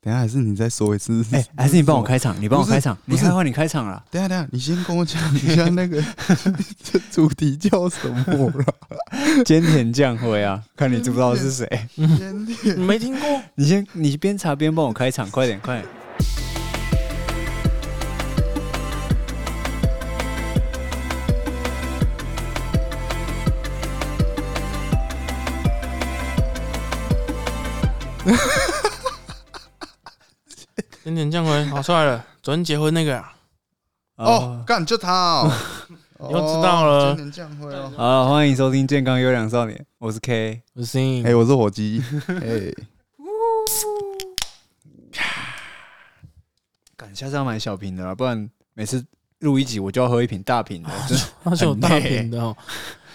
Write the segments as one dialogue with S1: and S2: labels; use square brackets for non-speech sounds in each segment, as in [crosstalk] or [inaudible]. S1: 等一下还是你再说一次？
S2: 哎、还是你帮
S1: [laughs]
S2: 我开场，你帮我
S1: 不是
S2: 开场，
S1: 不
S2: 你
S1: 是
S2: 开话，你开场啊啦。
S1: 等一下等一下，你先跟我讲一下那个这主题叫什么了？
S2: 菅田将晖啊，看你知不知道是谁？
S1: [laughs] 先点
S3: 你没听过？
S2: [laughs] 你先，你边查边帮我开场，快点，快点。
S3: 点点降回，好帅了！昨天结婚那个、啊，
S1: 哦，，干就他哦，
S3: 又知道了
S1: 今年降会哦。
S2: 好了，欢迎收听《健康优良少年》，我是 K。
S3: 我声音、
S1: 哎，我是火鸡。哎，赶
S2: 下次要买小瓶的啦，不然每次录一集我就要喝一瓶大瓶的。
S3: 哦
S2: 真的
S3: 他是有大
S2: 很累
S3: 屏的哦，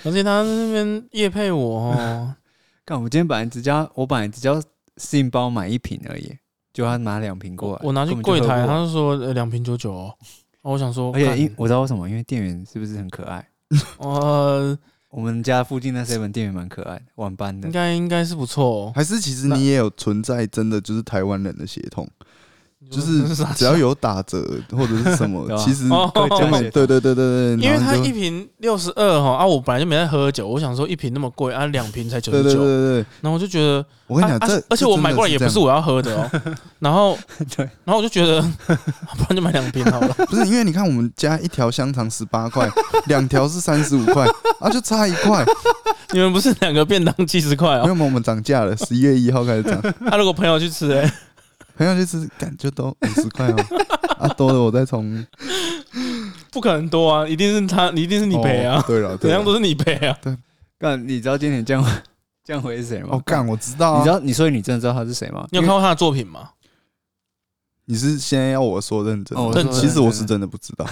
S3: 而且他那边夜配我
S1: [laughs]
S3: 哦，
S2: 干，我今天本来只加，我本来只叫信包买一瓶而已，就他拿两瓶过来，
S3: 我拿去
S2: 根本就
S3: 柜台，
S2: 喝不完
S3: 他就说呃两瓶九九哦，哦我想说，
S2: 而且因
S3: 干
S2: 我知道为什么，因为店员是不是很可爱？
S3: 呃
S2: 我们家附近那 seven 店员蛮可爱的，晚班的
S3: 应。该应该是不错哦，
S1: 还是其实你也有存在真的就是台湾人的血统，就
S3: 你
S1: 是
S3: 说
S1: 只要有打折或者是什么
S2: 对，啊
S1: 其实
S3: 哦
S1: 根本对对对对对，
S3: [laughs] 因为
S1: 然
S3: 他
S1: 后你
S3: 一
S1: 就
S3: 瓶六十二哈啊，我本来就没在喝酒，我想说一瓶那么贵啊，两瓶才九
S1: 对
S3: 十
S1: 对对
S3: 九，
S1: 对对，
S3: 然后我就觉得，
S1: 我跟你讲，
S3: 啊啊
S1: 这
S3: 而且我买过来也不是
S1: 我，
S3: 我要喝的
S1: [laughs]
S3: 哦，然后
S2: 对
S3: 然后我就觉得， [laughs] 啊不然就买两瓶好了，
S1: 不是因为你看我们家一条香肠十八块，两条是三十五块，啊就差一块，
S3: 你们不是两个便当七十块哦
S1: 没？有嘛，我们涨价了，十一月一号开始涨。
S3: 他、如果朋友去吃、欸，
S1: 朋友就是感就都五十块哦，啊多的我再从
S3: 不可能多啊，一定是他，一定是你赔啊
S1: 哦，对了，
S3: 怎
S1: 对
S3: 样
S1: 了，
S3: 都是你赔啊。
S2: 干，你知道今天降回降回是谁吗？
S1: 哦干，我知道、啊，
S2: 你知道你所以你真的知道他是谁吗？
S3: 你有看过他的作品吗？
S1: 你是现在要我说认真的
S2: 哦
S1: 吗，
S3: 我说
S1: 其实我是
S2: 认真
S1: 真的不知道，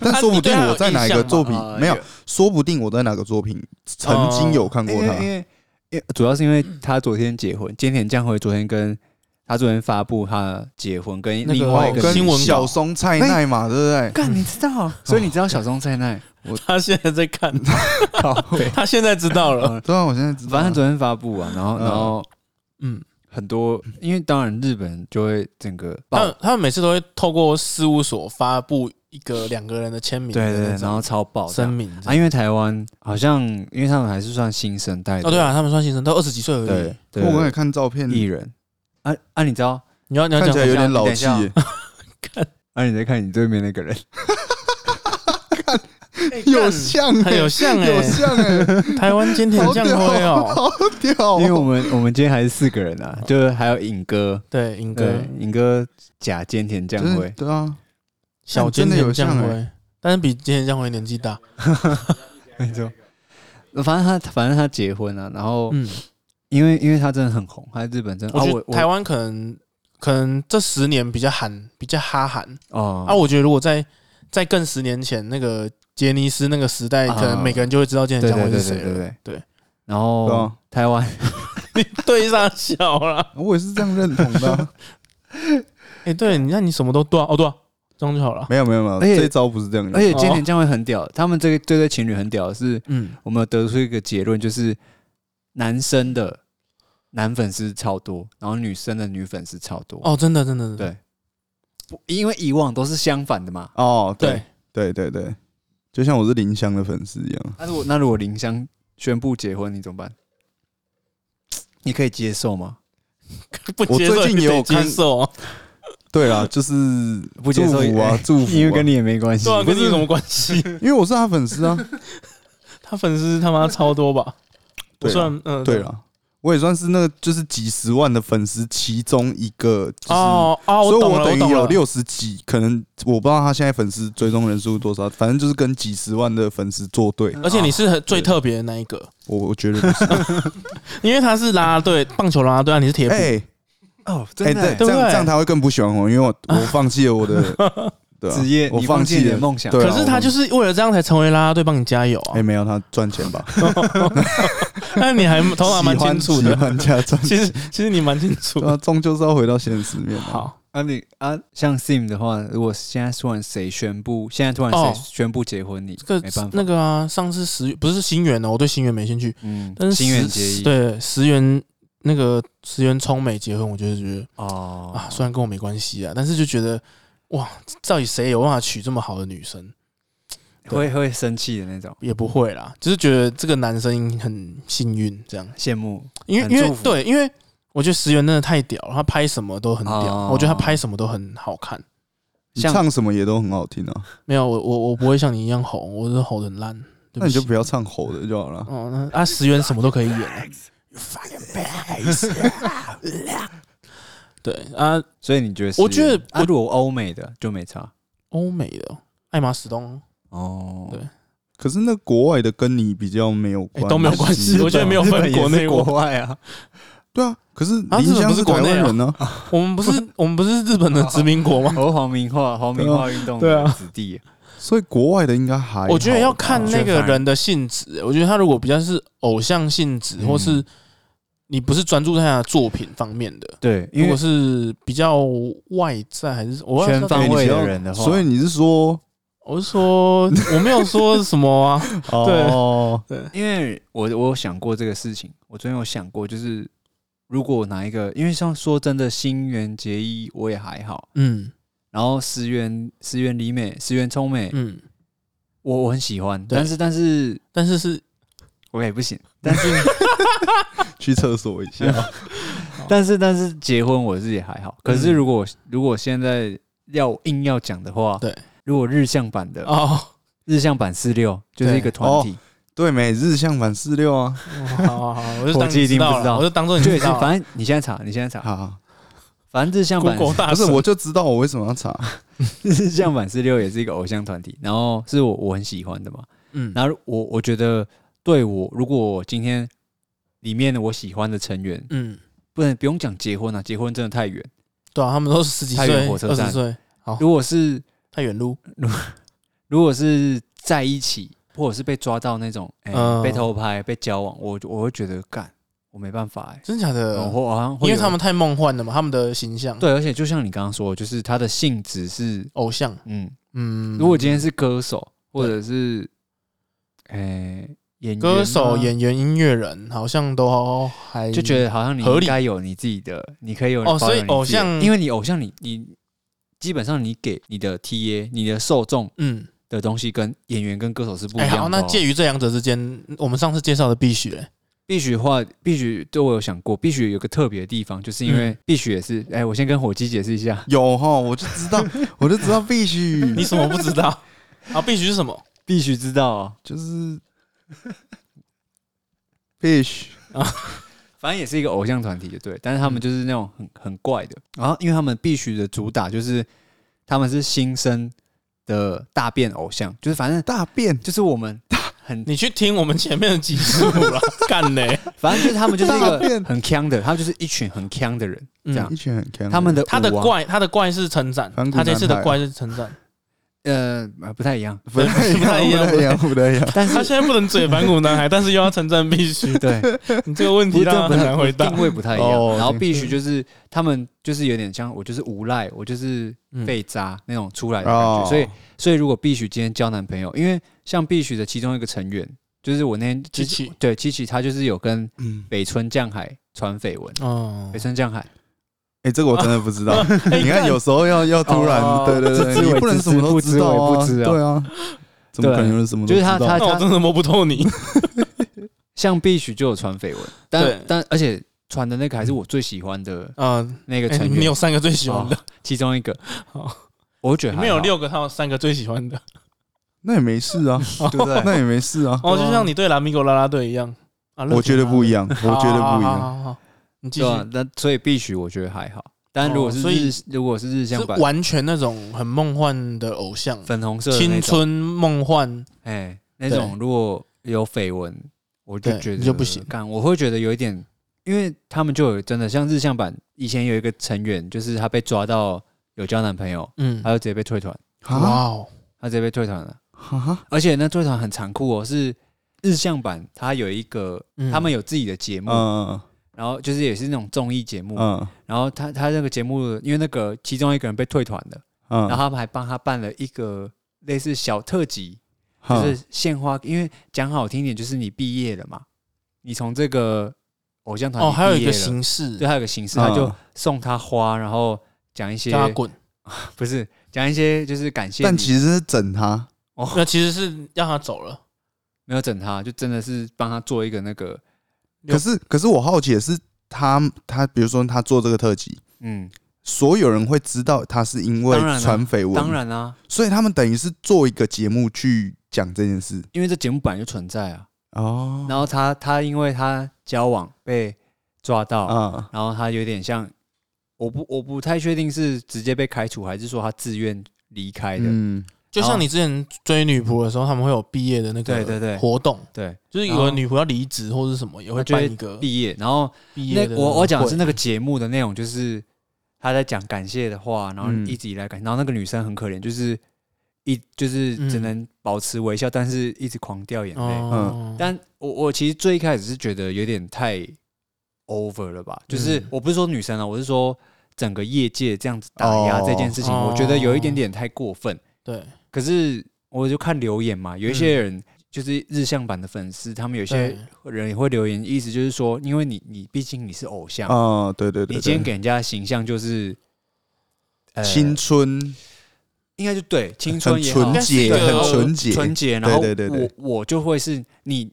S1: 但说不定我在哪一个
S3: [laughs]
S1: 作品
S3: 哦
S2: 啊
S1: 没有，说不定我在哪个作品曾经有看
S2: 因
S1: 过
S2: 为
S1: 他
S2: 因，为因为主要是因为他昨天结婚，菅田将晖昨天跟他昨天发布他结婚跟
S3: 那个
S2: 另外一
S3: 哦
S2: 个
S3: 新
S1: 跟哦
S3: 闻稿
S1: 小松菜奈嘛，对不对？
S2: 干，你知道，所以你知道小松菜
S1: [laughs]
S2: 奈，
S3: 他现在在看，
S2: 靠北
S3: 他现在知道了。
S1: 对啊，我现在知道
S2: 反正他
S1: 啊，
S2: 昨天发布啊，然后
S1: 嗯
S2: 然后
S3: 嗯，
S2: 很多，因为当然日本就会整个爆
S3: 他，他们每次都会透过事务所发布一个两个人的签名
S2: 对
S3: 的
S2: 对对
S3: 那，
S2: 然
S3: 种
S2: 后超爆这
S3: 声
S2: 样
S3: 明这
S2: 啊，
S1: 哎
S3: 样。
S2: 因为台湾好像因为他们还是算新生代的
S3: 哦，对啊，他们算新生，都二十几岁而已
S2: 对。对
S1: 我刚才看照片，
S2: 艺人嗯啊啊，你知道
S3: 你要你要
S1: 看
S3: 讲
S1: 起来有点老
S2: 等一
S1: 气
S2: 下
S1: 耶，
S2: 啊？你在看你对面那个人，
S1: 有像
S3: 他
S1: 耶
S3: 有像哎、
S1: 有像哎，
S3: 台湾菅田
S1: 好
S3: 将
S1: 屌
S3: 晖哦，
S1: 好屌哦，
S2: 因为我们我们今天还是四个人啊，就是还有尹哥，
S3: 对，尹哥
S2: 对，尹哥假菅田将
S1: 就是
S2: 晖， [laughs]
S1: 对啊，
S3: 小菅
S1: 真的有
S3: 田将
S1: 像欸
S3: 晖，但是比菅田将晖年纪大。
S2: 没错。反正他反正他结婚了、然后
S3: 嗯，
S2: 因为因为他真的很红，他在日本真的
S3: 我
S2: 啊
S3: 觉
S2: 我
S3: 得台湾可能可能这十年比较韩，比较哈韩。
S2: 我哦
S3: 啊，我觉得如果在在更十年前那个杰尼斯那个时代，
S2: 啊
S3: 可能每个人就会知道今
S2: 对
S3: 天将
S2: 对
S3: 会
S2: 对
S3: 是
S2: 对
S3: 谁
S2: 对
S3: 了。
S2: 对
S3: 对。
S1: 对
S2: 然后
S1: 啊
S2: 台湾
S3: 你对上
S1: [laughs]
S3: 小了，
S1: 我也是这样认同的啊。
S3: 哎，对，你看你什么都对啊，哦对啊，这样就好了。
S1: [laughs] 没有没有没有，
S2: 而且
S1: 这一招不是这样的
S2: 而。且
S3: 哦
S2: 菅田将晖很屌，他们这个这对情侣很屌，是
S3: 嗯，
S2: 我们有得出一个结论，就是男生的男粉丝超多，然后女生的女粉丝超多。
S3: 哦，真的真的真的
S2: 对不因为以往都是相反的嘛。
S1: 哦，
S3: 对
S1: 对，对对对，就像我是林湘的粉丝一样，
S2: 那如果那如果林湘宣布结婚，你怎么办？你可以接受吗？
S3: [laughs] 不接
S1: 我
S3: 受
S1: 最近
S3: 也
S1: 也有
S3: 得接
S1: 看
S3: 受啊，
S1: 对 [laughs] 啦，就是
S2: 不接受
S1: 祝福
S2: 也 [laughs]
S1: 啊，祝福啊，
S2: 因为跟你也没关系
S3: 对。啊，
S1: 不
S3: 跟
S1: 是
S3: 你有什么关系？
S1: 因为我是他粉丝啊，
S3: 他粉丝他妈超多吧？我
S1: 对
S3: 算
S1: 啦
S3: 嗯，
S1: 对啊啦，我也算是那个就是几十万的粉丝其中一个，就是
S3: 哦哦，
S1: 所以
S3: 懂
S1: 我
S3: 了，
S1: 等
S3: 我
S1: 于
S3: 懂
S1: 有
S3: 了。
S1: 六十几，可能我不知道他现在粉丝追踪人数多少，反正就是跟几十万的粉丝作对，
S3: 而且你是很最特别的那一个，
S1: 我我 [laughs] 觉得不是，
S3: 因为他是啦啦队棒球啦啦队啊，你是铁粉，
S1: 哎
S2: 哦，真
S1: 哎，
S2: 的欸、
S1: 对，
S3: 对
S1: 这
S3: 不
S1: 样
S3: 对
S1: 这样他会更不喜欢我，
S3: [laughs]
S1: 因为我我放弃了我的对啊
S2: 职业，
S1: 我
S2: 你放
S1: 弃
S2: 弃你的
S1: 了
S2: 梦想。
S1: 对啊
S3: 可是他就是为了这样才成为啦啦队帮你加油啊
S1: 哎，。没有他赚钱
S3: [laughs]
S1: 吧，
S3: 那你还头脑蛮清楚
S1: 喜
S3: 的，
S1: 欢喜欢加赚
S3: 其实其实你蛮清楚
S1: 对啊，
S3: 的。
S1: 终究是要回到现实面、啊。，
S3: 好，
S2: 啊你啊，像 Sim 的话，如果现在突然谁宣布，现在突然谁
S3: 哦
S2: 宣布结婚，你
S3: 这个
S2: 没办法。
S3: 那个啊，上次十不是新源哦，我对新源没兴趣，
S2: 嗯
S3: 但，是
S2: 心愿
S3: 十
S2: 结衣，
S3: 对十元那个石原聪美结婚，我就是觉得
S2: 哦
S3: 啊，虽然跟我没关系啊，但是就觉得哇，到底谁有办法娶这么好的女生？
S2: 会会生气的那种，
S3: 也不会啦，就是觉得这个男生很幸运这样，
S2: 羡慕
S3: 因为
S2: 很
S3: 因
S2: 祝
S3: 为
S2: 福
S3: 对，因为我觉得石原真的太屌了，他拍什么都很屌，
S2: 哦
S3: 我觉得他拍什么都很好看。
S1: 你
S2: 像
S1: 唱什么也都很好听啊，
S3: 没有，我我我不会像你一样吼，我是吼的很烂。
S1: 那
S3: 对不
S1: 你
S3: 起
S1: 就不要唱吼的就好了。
S3: 哦，那啊，石原什么都可以演、啊。 [laughs] 对啊，
S2: 所以你觉得是？
S3: 我觉得
S2: 啊如果欧美的就没差
S3: 欧美的哦艾玛史东
S2: 哦
S3: 对
S1: 可是那国外的跟你比较没有关
S3: 哎
S1: 系，啊
S3: 都没有关系，我觉得 [laughs] 没有分国内
S2: 国
S3: 外。
S2: 外啊，
S1: 对啊，可是
S3: 啊
S1: 林
S3: 日本
S1: 湘
S3: 不
S1: 是
S3: 是
S1: 台
S3: 国内
S1: 湾
S3: 啊
S1: 人呢，
S3: 我们
S2: [laughs]
S3: 不是我们不是日本的殖民国吗？
S2: 和哦黄明化、黄明化运动
S3: 对啊
S2: 的子弟，
S1: 所以国外的应该还好
S3: 我觉得要看
S2: 吧
S3: 那个人的性质。欸我觉得他如果比较是偶像性质，
S2: 嗯
S3: 或是你不是专注在他的作品方面的，
S2: 对，
S3: 如
S2: 因为
S3: 果是比较外在，还是我
S2: 全方位的人的话，
S1: 所以你是说
S3: 我是说，我没有说什么
S2: [laughs]
S3: 啊。
S1: 哦，
S2: 因为我我有想过这个事情，我昨天有想过，就是如果哪一个，因为像说真的，新垣结衣我也还好，
S3: 嗯
S2: 然后石原石原里美、石原聪美，
S3: 嗯，
S2: 我我很喜欢，
S3: 对
S2: 但是但是
S3: 但是是
S2: 我也不 [laughs] 行，但是
S1: 去厕所一下，
S3: [laughs]
S2: 但是但是结婚我是也还好，可是
S3: 嗯
S2: 如果、如果现在要硬要讲的话，
S3: 对，
S2: 如果日向版的、
S3: 哦，
S2: 日向版四六就是
S3: 对
S2: 一个团体，
S1: 对没日向版四六啊，
S3: 好哦好好，我就
S2: [laughs] 我
S3: 当
S2: 记
S3: 你
S2: 一定不
S3: 知道
S2: 知道
S3: 了，我就当做你
S2: 对，
S3: 知道了。啊
S2: 反正你现在查，你现在查，
S1: 好，
S2: 反正日向版 [laughs]
S3: Google 大
S1: 不是
S3: 神
S1: 我就知道我为什么要查，
S2: 日向版四六也是一个偶像团体，然后是我我很喜欢的嘛。
S3: 嗯
S2: 然后我我觉得对我，如果我今天里面我喜欢的成员，
S3: 嗯，
S2: 不能不用讲结婚啊，结婚真的太远。
S3: 对啊，他们都是十几
S2: 太
S3: 岁、
S2: 原火车
S3: 二
S2: 站
S3: 十岁，
S2: 如果是
S3: 太远路。
S2: 如果是在一起，或者是被抓到那种，哎、
S3: 嗯
S2: 被偷拍、被交往，我我会觉得干，我没办法哎、
S3: 真假的
S2: 然？后我好像会
S3: 啊因为
S2: 有
S3: 他们太梦幻了嘛，他们的形象，
S2: 对，而且就像你刚刚说的，就是他的性质是，
S3: 偶像，
S2: 嗯，
S3: 嗯，
S2: 如果今天是歌手或者是，哎、演员
S3: 歌手、
S2: 吗
S3: 演员、音乐人好像都还
S2: 就觉得好像你
S3: 合
S2: 应
S3: 理
S2: 该有你自己的，你可以有
S3: 哦所以
S2: 保有你自己的
S3: 偶像
S2: 因为你偶像你你基本上你给你的 TA 你的受众
S3: 嗯，
S2: 的东西跟演员跟歌手是不一
S3: 哎、
S2: 样的哦、
S3: 好，那介于这两者之间，我们上次介绍的必须、欸，
S2: 必须话必须，对我有想过，必须有个特别的地方，就是因为
S3: 嗯
S2: 必须也是，哎、我先跟火鸡解释一下，
S1: 有哈，我就知道，我就知道必须，
S3: 你怎么不知道？啊，必须是什么？
S2: 必须知道、哦，
S1: 就是必须
S2: 反正也是一个偶像团体，就对，但是他们就是那种很很怪的，然后因为他们必须的主打就是他们是新生的大变偶像，就是反正
S1: 大便，
S2: 就是我们很 [laughs]
S3: 你去听我们前面的集数了，干嘞、
S2: 反正就是他们就是一
S1: 大便
S2: 个很强的，他们就是一群很强的人，
S3: 嗯
S2: 这样
S1: 一群很强，
S2: 他们的
S3: 他的
S2: 舞啊
S3: 怪，他的怪是成长
S1: 反，骨
S3: 他这次
S1: 男
S3: 的
S1: 孩
S3: 怪是成长，
S2: 呃呃不太一样， [laughs]
S1: 不太一
S3: 不太一
S1: 样，
S3: 样
S1: 不太一样，不太一样，
S2: 但
S3: 他
S2: 是
S3: 现在不能嘴反骨男孩，但是又要成长必须，
S2: [laughs] 对
S3: 你这个问题
S2: 不
S3: 让
S2: 这
S3: 他
S2: 不
S3: 很
S2: 太
S3: 难回答
S2: 定。位不太一
S3: 哦
S2: 样，然后
S3: 对
S2: 必须就是他们就是有点像我就是无赖，我就是
S3: 嗯
S2: 被渣那种出来的感觉，所以所以如果必须今天交男朋友，因为像必须的其中一个成员就是我那天之
S3: 七七
S2: 对七七他就是有跟
S1: 嗯，
S2: 北村降海传绯闻，
S3: 哦
S2: 北，村降海
S1: 哎，这个我真的不知道，
S3: 哎
S1: 你看，有时候要要突然
S3: 哦，
S1: 对对
S2: 知
S1: 对，
S2: 为
S1: 你不能
S2: 知
S1: 什么都
S2: 不知
S1: 知道
S2: 为
S1: 啊，
S2: 不知啊
S1: 对啊，怎么可能有人什么都
S2: 就是他
S1: 知道
S2: 他
S3: 那我真的摸不透你。
S2: 像必须就有传绯闻，但
S3: 对
S2: 但而且传的那个还是我最喜欢的
S3: 嗯，
S2: 那个
S3: 哎
S2: 成员，
S3: 你有三个最喜欢的，
S2: 哦其中
S3: [laughs]
S2: 一个
S3: 好，
S2: 我觉得
S3: 里
S2: 还好
S3: 面有，六个，他有三个最喜欢的。
S1: 那也没事啊，
S2: 对不对？
S1: 那也没事啊，
S3: 哦，就像你对拉米狗啦啦队一样啊，
S1: 我觉得不一
S3: 样，
S1: 样，我觉得不一
S3: 好。好
S1: 样，
S3: 好好好你继
S2: 对
S3: 续，
S2: 啊，那所以必须我觉得还好，但如果是
S3: 哦所以
S2: 日如果是日向版
S3: 是完全那种很梦幻的偶像，
S2: 粉红色的那种
S3: 青，春梦幻。
S2: 哎，那种如果有绯闻，我就
S3: 对
S2: 觉得
S3: 你就不行
S2: 干我会觉得有一点，因为他们就有真的像日向版以前有一个成员，就是他被抓到有交男朋友，
S3: 嗯
S2: 他，就直接被退团，
S3: 哇
S1: 啊
S3: 哦，
S2: 他直接被退团了。
S1: 啊，
S2: 而且那追团很残酷哦，是日向版，它有一个，
S3: 嗯
S2: 他们有自己的节目，
S1: 嗯
S2: 然后就是也是那种综艺节目，
S1: 嗯
S2: 然后他他那个节目，因为那个其中一个人被退团了，
S1: 嗯，
S2: 然后他们还帮他办了一个类似小特辑，就
S1: 哈
S2: 是献花，因为讲好听一点就是你毕业了嘛，你从这个偶像团体
S3: 哦，还有一
S2: 毕
S3: 个
S2: 业了
S3: 形式
S2: 对，，还有一个形式，他就
S1: 嗯
S2: 送他花，然后讲一些
S3: 叫他滚。
S2: 不是讲一些就是感谢你，哦
S1: 但其实是整他，
S3: 那其实是让他走了，
S2: 没有整他，就真的是帮他做一个那个
S3: 有
S1: 可是可是我好奇的是他他比如说他做这个特辑，
S2: 嗯，
S1: 所有人会知道他是因为
S2: 当然啊
S1: 传绯闻，
S2: 当然啦、啊
S1: 所以他们等于是做一个节目去讲这件事
S2: 因为这节目本来就存在啊。
S1: 哦
S2: 然后他他因为他交往被抓到，
S1: 啊
S2: 然后他有点像，我不我不太确定是直接被开除，还是说他自愿离开的。
S1: 嗯
S3: 就像你之前追女仆的时候，他们会有毕业的那
S2: 哦对对对哦
S3: 个活动，
S2: 对，
S3: 就是有的女仆要离职或者什么，也会
S2: 他就会
S3: 办一个
S2: 毕业，然后
S3: 毕
S2: 那
S3: 业的。
S2: 我我讲的是那个节目的内容，就是他在讲感谢的话，然后
S1: 嗯
S2: 一直以来感，然后那个女生很可怜，就是一就是只
S3: 嗯
S2: 能保持微笑，但是一直狂掉眼泪。
S3: 哦，
S2: 但我我其实最一开始是觉得有点太 over 了吧，就是
S3: 嗯
S2: 我不是说女生啊，我是说整个业界这样子打压
S1: 哦
S2: 这件事情，我觉得有一
S3: 哦
S2: 点点太过分。
S3: 对，
S2: 可是我就看留言嘛，
S3: 嗯
S2: 有一些人就是日向版的粉丝，他们有些人也会留言，意思就是说，因为你你毕竟你是偶像，
S1: 啊对对对，
S2: 你今天
S1: 对
S2: 给人家的形象就是。呃
S1: 青春
S2: 应该就对青春
S1: 很
S2: 也好，
S1: 纯洁，
S3: 对
S1: 很纯
S2: 哦纯
S1: 洁，
S2: 洁，然后
S1: 对对对对
S2: 我我就会是你，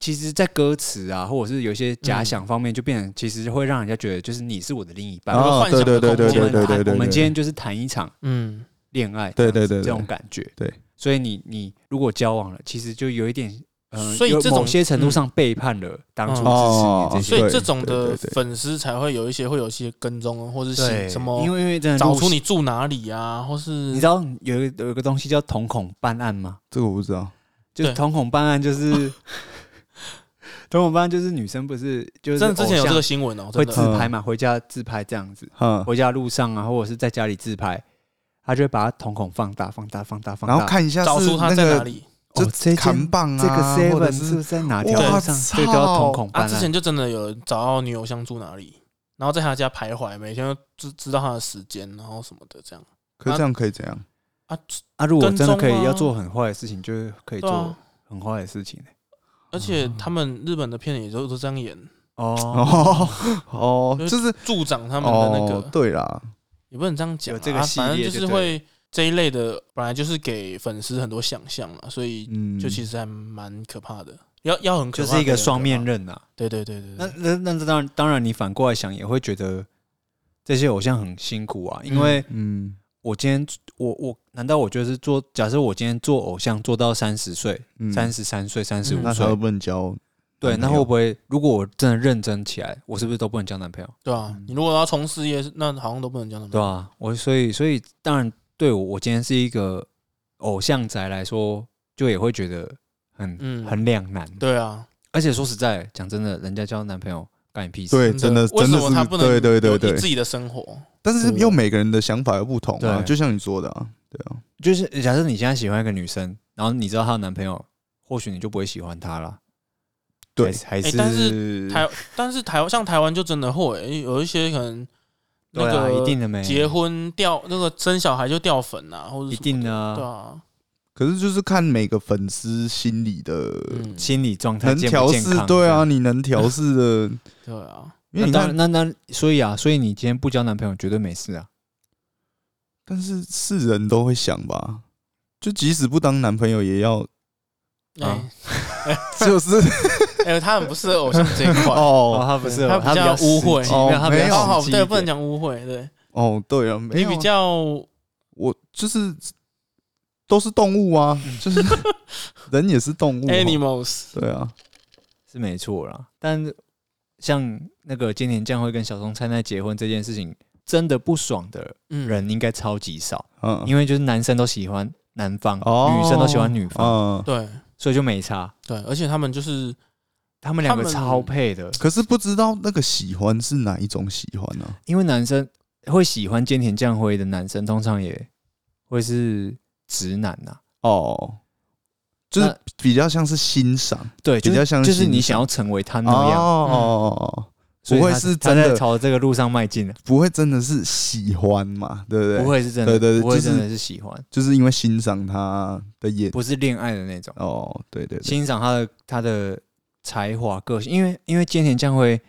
S2: 其实，在歌词啊，或者是有一些假想方
S1: 嗯
S2: 面，就变成其实会让人家觉得，就是你是我的另一半。
S3: 有个
S1: 啊
S3: 幻想
S1: 对
S3: 的
S1: 对对对
S3: 空
S1: 对
S3: 间
S1: 对
S2: 我
S1: 对
S2: 们
S1: 对，
S2: 我们今天就是谈一场
S3: 嗯，
S2: 恋爱这
S1: 对对
S2: 样子，
S1: 对对
S2: 这种感觉。
S1: 对，
S2: 所以你你如果交往了，其实就有一点，呃，
S3: 所以
S2: 有
S3: 这种
S2: 某些程度上背叛了当初支持
S1: 嗯哦
S2: 你这些
S3: 嗯所
S2: 人。
S3: 以
S1: 对
S3: 这种的
S1: 对对对
S3: 粉丝才会有一些会有一些跟踪，啊或者是
S2: 对，
S3: 什么
S2: 因为因为真的
S3: 找
S2: 入
S3: 出你住哪里啊，或是
S2: 你知道有一个有一个东西叫瞳孔办案吗？
S1: 这个我不知道
S2: 就是
S3: 对
S2: 瞳孔办案，就是
S3: [laughs]
S2: 瞳孔办案，就是女生不是就是
S3: 真的之前有
S2: 偶像
S3: 这个新闻哦，
S2: 会
S3: 真
S2: 自
S3: 的，
S2: 拍嘛，回家自拍这样子，
S1: 哈，
S2: 回家路上啊，或者是在家里自拍，他就会把他瞳孔放大、放大、放大、放大，
S1: 然后看一下
S3: 找
S1: 是
S3: 出他
S1: 那
S3: 在哪
S1: 个
S3: 里
S2: 哦这
S1: 就扛棒
S2: 这个
S1: 啊，或者
S2: seven 是不
S1: 是
S2: 是在哪条
S1: 哇
S2: 路上？
S1: 操
S2: 对，叫瞳孔
S3: 啊。
S2: 斑
S3: 之前就真的有人找到女偶像住哪里，然后在他家徘徊，每天都知知道他的时间，然后什么的这样
S1: 可是这样可以怎样？
S3: 啊，
S2: 啊，如果真的可
S3: 跟踪
S2: 以
S3: 啊
S2: 要做很坏的事情，就是可以
S3: 对
S2: 做
S3: 啊。
S2: 很坏的事情欸
S3: 而且他们日本的片也都都这样演，
S2: 哦。
S1: 哦 [laughs] 哦，就是
S3: 助长他们的那
S1: 哦
S3: 个，，
S1: 对啦，
S3: 也不能这样讲啊，
S2: 有这个系列
S3: 反正就
S2: 就是对了
S3: 会这一类的，本来就是给粉丝很多想象嘛，所以
S1: 嗯，
S3: 就其实还蛮可怕的，要要很 [laughs] 可
S2: 就
S3: 怕
S2: 是一
S3: 才
S2: 个
S3: 很可
S2: 双面
S3: 怕。
S2: 刃呐、啊，
S3: 对对对对
S2: 那
S3: 对，
S2: 那那当然当然，你反过来想也会觉得这些偶像很辛苦啊，因为
S1: 嗯
S2: 我今天我我难道我就是做假设我今天做偶像做到三十岁、
S1: 嗯
S2: 三十三岁、三十五
S3: 嗯
S1: 那他
S2: 岁
S1: 都，不能交，
S2: 对，
S1: 男
S2: 那
S1: 朋
S2: 会
S1: 友
S2: 不会如果我真的认真起来，我是不是都不能交男朋
S1: 嗯
S2: 友？
S3: 对啊，你如果要冲事业，那好像都不能这样。
S2: 对啊，我所以所以当然对我我今天是一个偶像宅来说，就也会觉得很、
S3: 嗯
S2: 很两难。
S3: 对啊，
S2: 而且说实在，讲真的，人家交男朋友干你屁事？
S1: 对，真的
S3: 啊为
S1: 真
S3: 什
S1: 的
S3: 么他
S1: 是
S3: 不能
S1: 对对
S3: 有
S1: 对
S3: 你
S1: 对
S3: 自，己的生活？
S1: 但是
S2: 对
S1: 又每个人的想法又不同啊，
S2: 对
S1: 就像你说的啊，对啊，
S2: 就是假设你现在喜欢一个女生，然后你知道她有男朋友，或许你就不会喜欢她了。
S1: 对
S2: 还是还
S3: 诶
S2: 是、
S3: 哎但台，但是台湾像台湾就真的会有一些可能那
S2: 对啊，
S3: 个
S2: 一定的没
S3: 结婚掉那个生小孩就掉粉啊，或者
S2: 一
S3: 什么
S2: 定的
S3: 对
S2: 啊，
S3: 啊，
S1: 可是就是看每个粉丝心里的
S2: 呃
S3: 嗯，
S2: 心理状态
S1: 能
S2: 健
S1: 调
S2: 不健
S1: 试，
S2: 康
S1: 对
S2: 这样
S1: 啊，你能调试的，
S3: 对啊，
S1: 因为你
S2: 那当然
S1: 看，
S2: 那那所以啊，所以你今天不交男朋友绝对没事啊。
S1: 但是是人都会想吧，就即使不当男朋友也要， [laughs]
S3: 哎、
S2: 啊
S1: 就是
S3: 哎他很不适合偶像这一块。
S1: 哦
S2: 他不是
S3: 他比较污秽
S1: 哦
S2: 他比
S1: 没有
S2: 较
S3: 哦，好，
S2: 好，
S3: 对，不能。讲污秽，对
S1: 哦，对啊，没
S3: 你
S1: 有啊
S3: 比较
S1: 我就是都是动物啊，就是人也是动物
S3: 哎
S1: 啊，
S3: animals，
S1: 对啊，
S2: 是没错啦。但像那个今年将会跟小松菜奈结婚这件事情，真的不爽的
S3: 嗯，
S2: 人应该超级少，
S1: 嗯，
S2: 因为就是男生都喜欢男方，
S1: 哦
S2: 女生都喜欢女方，
S1: 嗯，
S3: 对
S2: 所以就没差。
S3: 对，而且他们就是
S2: 他们两个
S3: 他们
S2: 超配的，
S1: 可是不知道那个喜欢是哪一种喜欢呢、
S2: 因为男生会喜欢菅田将晖的男生，通常也会是直男啊呐、
S1: 哦，就是
S2: 那
S1: 比较像是欣赏，
S2: 对，就
S1: 比较
S2: 是
S1: 像是
S2: 就是你
S1: 欣赏
S2: 想要成为他
S1: 哦
S2: 那样，嗯
S1: 哦哦，
S2: 所以
S1: 不会
S2: 他
S1: 是
S2: 他
S1: 真
S2: 在
S1: 的
S2: 朝这个路上迈进的，啊
S1: 不会真的是喜欢嘛，对不对？
S2: 不，会是真的，
S1: 对对对
S2: 不会
S1: 就是
S2: 真的是喜欢，
S1: 就是因为欣赏他的演
S2: 不是恋爱的那种，
S1: 哦，对对对，
S2: 欣赏他的他的才华个性，因为因为菅田将晖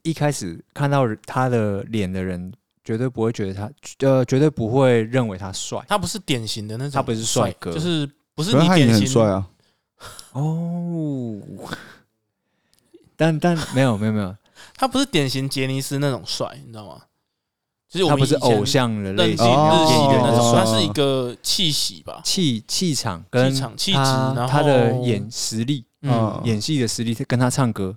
S2: 一开始看到他的脸的人，绝对不会觉得他，呃，绝对不会认为他帅
S3: 他不是典型的那种，
S2: 他不是帅哥
S3: 就是不是
S1: 可
S3: 你
S1: 是他也
S3: 典
S1: 很
S3: 型
S1: 帅啊，
S2: 哦。但但没有没有没有，
S3: 他不是典型杰尼斯那种帅，你知道吗？ [laughs] 就是我
S2: 他
S3: 们
S2: 不是
S3: 以前
S2: 偶像的类
S3: 认
S2: 型，
S3: 清日系的那
S1: 哦
S3: 种，他是一个气息吧，
S2: 气气场跟
S3: 气场、气质，
S2: 他
S3: 然后
S2: 他的演实力，
S1: 嗯
S3: 嗯，
S2: 演戏的实力，跟他唱歌，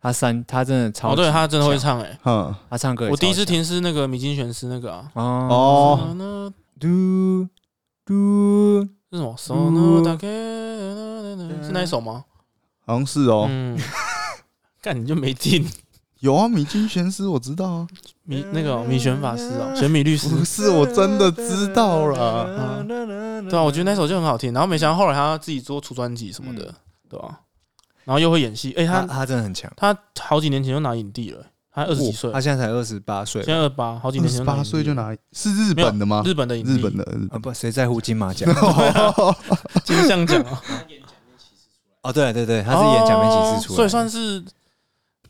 S2: 他三他真的超级，
S3: 哦，对他真的会
S2: 强，
S3: 唱哎，
S1: 哼，
S2: 他唱歌也
S3: 我第一
S2: 超
S3: 次
S2: 强
S3: 听是那个米津玄师那个啊，
S2: 哦
S1: 哦，
S3: 那
S2: 嘟嘟，
S3: 是什么？什么大概是那一首吗？
S1: 好像是哦，
S3: 嗯， [laughs] 干你就没听
S1: 有啊，米津玄师我知道啊，
S3: 米那个哦米玄法师哦，玄米律
S2: 嗯
S3: 师，
S1: 不是我真的知道啦，
S3: 嗯 [laughs] 对啊，我觉得那首就很好听。然后没想到后来他自己做出专辑什么的，对吧、然后又会演戏，哎、
S2: 他
S1: 啊
S3: 他
S2: 他真的很强，
S3: 他好几年前就拿影帝了、他二十几岁，
S2: 他现在才二十八岁吧，
S3: 现在二八，好几
S1: 二
S3: 年前
S1: 十
S3: 就拿影
S1: 八
S3: 帝
S1: 岁就拿，是日本的吗？
S3: 日本的影帝，
S1: 日本的，日
S2: 啊
S1: 本
S2: 不，谁在乎金
S1: [laughs]
S2: 马奖？
S1: 的，
S3: 金像
S1: [laughs]
S3: 奖啊，
S2: 哦，对对对，他是演假面骑士出来的，
S3: 哦所以算是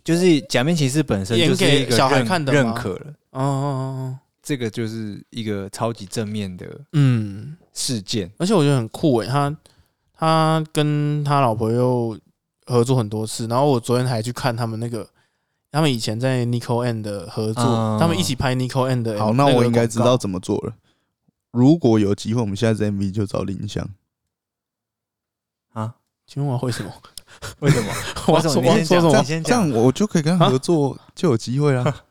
S2: 就是假面骑士本身就是一
S3: 演
S2: 个
S3: 给小孩
S2: 认
S3: 看的吗
S2: 认可了，
S3: 哦哦哦，哦
S2: 这个就是一个超级正面的
S3: 嗯，
S2: 事件。
S3: 而且我觉得很酷哎、他他跟他老婆又合作很多次，然后我昨天还去看他们那个。他们以前在 Nicole N 的合作，
S2: 嗯
S3: 他们一起拍 Nicole N 的。
S1: 好，那我应该知道。怎么做了。如果有机会，我们下次 MV 就找林湘。
S2: 啊？
S3: 请问我会什么？
S2: [laughs]
S3: [laughs]
S2: [laughs] 为什么？
S3: 我要
S2: 什
S3: 说
S2: 么
S3: 我要
S2: 你先
S3: 说
S1: 这样
S2: 讲
S3: 什么
S2: 你？先
S1: 这样
S2: 讲
S1: 我就可以跟他合作，
S3: 啊
S1: 就有机会啊
S3: [laughs]
S1: 啦。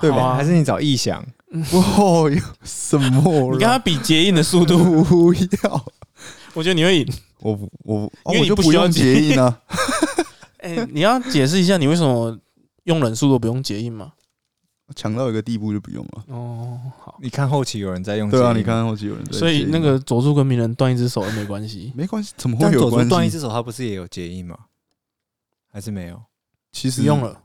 S1: 对吧
S3: 好啊
S2: 还是你找异想？
S1: 哇，有什么啦？
S3: 你跟 [laughs] 他比结印的速
S1: [laughs]
S3: 度，
S1: 不要，
S3: 我觉得你会赢。
S1: 我不我不哦
S3: 因为
S1: 我
S3: 你
S1: 就
S3: 不
S1: 不
S3: 需要
S1: 用结
S3: 结
S1: 印啊。
S3: 哎、你要解释一下你为什么用冷速度不用结印吗？
S1: 强到一个地步就不用
S3: [laughs]
S1: 了。
S3: 哦，好，
S2: 你看后期有人在用，
S1: 对啊，你，看后期有人在结印，啊
S3: 所以那个佐助跟鸣人断一只手也没关系
S1: [laughs] ，没关系，怎么
S2: 但
S1: 会有
S2: 佐助
S1: 关
S2: 断一
S1: 系？
S2: 只手，他不是也有结印吗？还是没有？
S1: 其实
S3: 不用，了。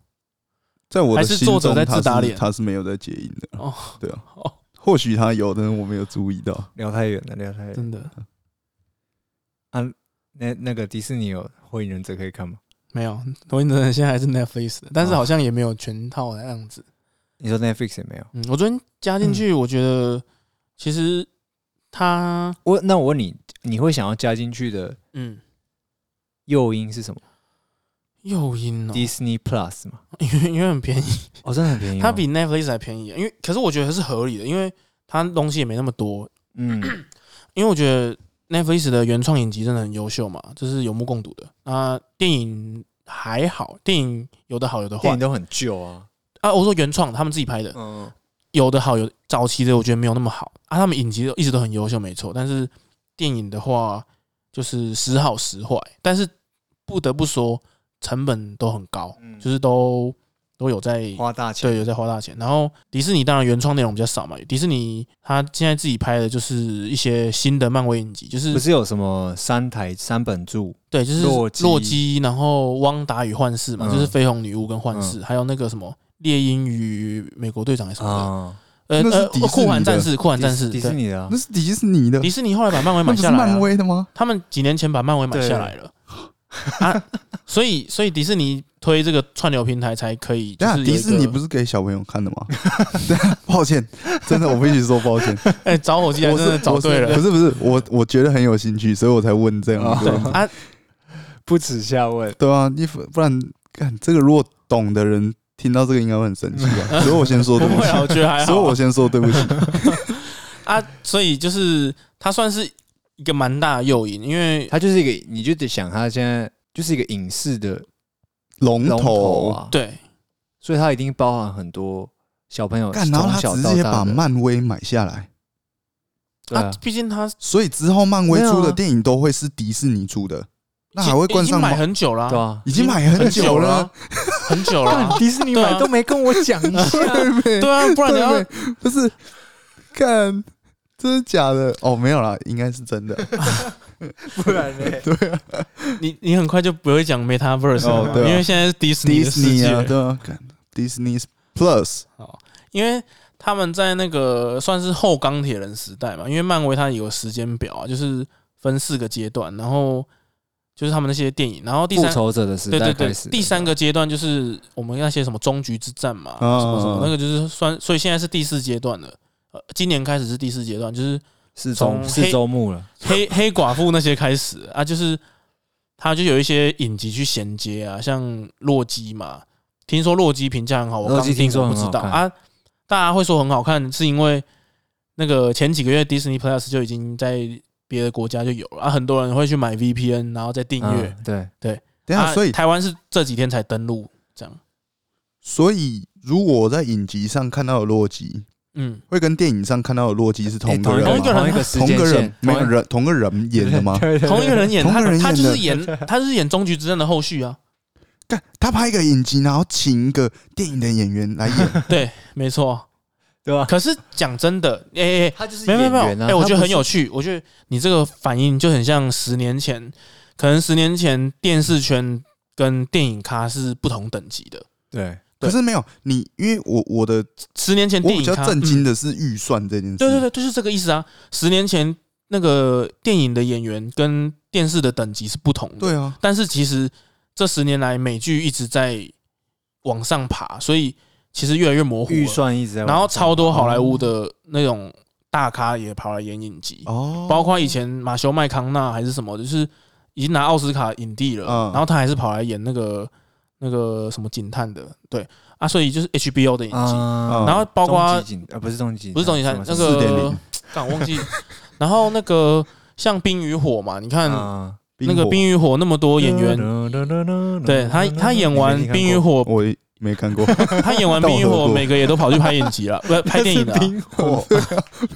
S1: 在我的
S3: 还是
S1: 心
S3: 作者
S1: 中
S3: 在
S1: 他
S3: 自打
S1: 是
S3: 脸
S1: 他是没有在结印的。
S3: 哦，
S1: 对啊
S3: 哦，
S1: 或许他有，但是我没有注意
S3: 啊
S1: 到。
S2: 聊太远了，聊太远。
S3: 真的
S2: 那那个迪士尼有《火影忍者》可以看吗？
S3: 没有。火影忍者现在还是 Netflix 的，但是好像也没有全套的样子。
S2: 你说 Netflix 也没有？
S3: 嗯，我昨天加进去，我觉得其实他，
S2: 我那我问你，你会想要加进去的
S3: 嗯，
S2: 诱因是什么
S3: 诱因哦，
S2: ？Disney Plus 吗？
S3: 因为因为很便宜。
S2: 哦，真的很便宜吗。
S3: 它比 Netflix 还便宜，啊因为可是我觉得是合理的，因为它东西也没那么多。
S2: 嗯
S3: 因为我觉得 Netflix 的原创影集真的很优秀嘛，这是有目共睹的。那电影还好，电影有的好，有的
S2: [clears throat] 电
S3: 坏
S2: 影都很旧啊。
S3: 啊。我说原创，他们自己拍的，
S2: 嗯，
S3: 有的好，有早期的我觉得没有那么好啊。他们影集都一直都很优秀，没错。但是电影的话，就是时好时坏。但是不得不说，成本都很高，
S2: 嗯
S3: 就是都都有在
S2: 花大钱。
S3: 对，有在花大钱。然后迪士尼当然原创内容比较少嘛，迪士尼它现在自己拍的就是一些新的漫威影集，就是
S2: 不是有什么三台三本柱？
S3: 对，就是
S2: 洛基
S3: 洛基，然后汪达与幻视嘛，
S2: 嗯
S3: 就是绯红女巫跟幻视，还有那个什么猎鹰与美国队长还是什么
S2: 啊，
S3: 的，呃
S1: 那是
S3: 呃
S1: 迪士尼的，
S3: 酷玩战士，酷玩
S2: 迪
S3: 战
S2: 士
S3: 士，
S2: 迪士
S3: 对，
S2: 尼的啊
S1: 那，是迪士尼的，
S3: 迪士尼后来把漫威
S1: 那
S3: 买
S1: 不是
S3: 下来啊
S1: 漫
S3: 了，
S1: 威的吗？
S3: 他们几年前把漫威买下来了。啊， [laughs] 所以所以迪士尼推这个串流平台才可以，就
S1: 等下
S3: 是有一个
S1: 啊迪士尼不是给小朋友看的吗？ [laughs] 对啊抱歉，真的我必须说抱
S3: [laughs]
S1: 歉，
S3: [laughs] 哎找火机来
S1: 我
S3: 真
S1: 是
S3: 的找对
S1: 不
S3: 了，
S1: 是不是，我我觉得很有兴趣，所以我才问这样一个
S3: 对
S1: 问题。
S3: 啊，
S2: 不耻下问。
S1: 对啊，你不不然看这个，如果懂的人听到这个应该会很生气
S3: [laughs]
S1: 啊。所以我先说对
S3: [laughs] 不
S1: 不
S3: 会啊，我
S1: 起，
S3: 觉得还好。
S1: 所以我先说对
S3: [laughs]
S1: 不起。
S3: 啊，所以就是它算是一个蛮大的诱因，因为
S2: 它就是一个，你就得想它现在就是一个影视的
S1: 龙
S2: 龙头
S1: 头，
S2: 啊，，
S3: 对
S2: 所以它一定包含很多小朋友
S1: 干，然后
S2: 从
S1: 他
S2: 小
S1: 直
S2: 到
S1: 接
S2: 大
S1: 把
S2: 的
S1: 漫威买下来，
S2: 对啊，
S3: 毕竟它
S1: 所以之后漫威出
S2: 没有
S1: 的
S2: 啊
S1: 电影都会是迪士尼出的，那还会冠
S3: 已经
S1: 上
S3: 买
S1: 吗
S3: 很久了
S2: 对
S3: 啊，
S2: 啊，
S1: 已经买很久了啊，
S3: 很久
S1: [laughs]
S3: 了啊，
S2: 迪士尼
S3: 对啊
S2: 买都没跟我讲一下，
S1: 对呗
S3: 对啊，不然你要
S1: 对呗不是看真的假的？哦，没有啦，应该是真的。
S2: 不然呢？
S1: 对啊，
S3: 你你很快就不会讲 MetaVerse
S1: 哦
S3: 了嘛，
S1: 对啊
S3: 因为现在是迪士尼
S1: 迪
S3: 的
S1: 士
S3: 世
S1: 尼啊，
S3: 界，
S1: 对啊，看 Disney Plus
S3: 因为。他们在那个算是后钢铁人时代嘛，因为漫威它有时间表啊，就是分四个阶段，然后就是他们那些电影。然后第
S2: 复
S3: 三，
S2: 仇者的时
S3: 对
S2: 代
S3: 对
S2: 开
S3: 对
S2: 始，，
S3: 第三个阶段就是我们那些什么终局之战嘛，
S1: 啊
S3: 什么什么那个就是算，所以现在是第四阶段了。呃，今年开始是第四阶段，就是
S2: 四
S3: 从
S2: 周四
S3: 黑
S2: 周目了，
S3: 黑
S1: [laughs]
S3: 黑寡妇那些开始啊，就是他就有一些影集去衔接啊，像洛基嘛，听说洛基评价很好，我
S2: 洛
S3: 刚
S2: 基
S3: 听
S2: 听说
S3: 我不
S2: 很
S3: 知
S2: 好
S3: 道
S2: 看
S3: 啊，大家会说很好看，是因为那个前几个月 Disney Plus 就已经在别的国家就有了啊，很多人会去买 VPN，然后再订阅。
S2: 嗯对，
S1: 等一
S3: 啊
S1: 下，所以
S3: 台湾是这几天才登录，这样，
S1: 所以如果我在影集上看到的洛基，
S3: 嗯，会
S1: 会跟电影上看到的洛基是同
S2: 诶
S1: 一个人
S2: 哎同
S1: 吗
S2: 一个同一
S3: 吗
S2: 个时
S1: 同一
S2: 间
S1: 个
S2: 线
S1: 人，没有
S2: 同一
S1: 人同个人演的吗？
S2: [laughs] 对对对
S3: 同一个人演，
S1: 同一个
S3: 他
S1: 人
S3: 他就
S1: 演
S3: 是
S1: 的
S3: 演，他就是演《终局之战》的后续啊，
S1: 干，他拍一个影集，然后请一个电影的演员来
S3: [laughs]
S1: 演，
S3: 对，没错。
S2: 对啊吧？
S3: 可是讲真的，哎、哎哎
S2: 他
S1: 啊
S2: 就是啊
S3: 没有没有没有，哎、我觉得很有
S2: 趣。
S3: 趣。我觉得你这个反应就很像十年前，可能十年前电视圈跟电影咖是不同等级的。
S2: 对，
S1: 可是没有你，因为我我的
S3: 十年前
S1: 我比
S3: 电影
S1: 较
S3: 咖，
S1: 震
S3: 嗯
S1: 惊的是预算这件事，
S3: 对对对，就是这个意思啊。十年前那个电影的演员跟电视的等级是不同的，
S1: 对啊，
S3: 但是其实这十年来美剧一直在往上爬，所以其实越来越模糊了
S2: 预算一直在往上，
S3: 然后超
S1: 嗯
S3: 多好莱坞的那种大咖也跑来演影集，
S1: 哦，
S3: 包括以前马修麦康纳还是什么，就是已经拿奥斯卡影帝了，
S1: 嗯
S3: 然后他还是跑来演那个那个什么警探的，对啊，所以就是 HBO 的影集，
S2: 啊
S3: 然后包括
S2: 终极警呃不是终极，
S3: 不是终极探那
S1: 四点
S3: 个
S1: 零，
S3: 但我忘记， [laughs] 然后那个像《冰与火》嘛，你看、
S2: 嗯啊
S3: 那个《
S1: 火
S3: 冰与火》那么多演员，
S2: 员
S3: 对他
S2: 嗯
S3: 他演完《冰与火》，
S1: 我也没看过，
S3: 他演完《
S1: 但我
S3: 冰与
S1: 喝
S3: 火》，
S1: 过
S3: 每个也都跑去拍影集了，不是 [laughs] 拍电影
S1: [laughs]
S3: 了、啊。
S2: 冰火，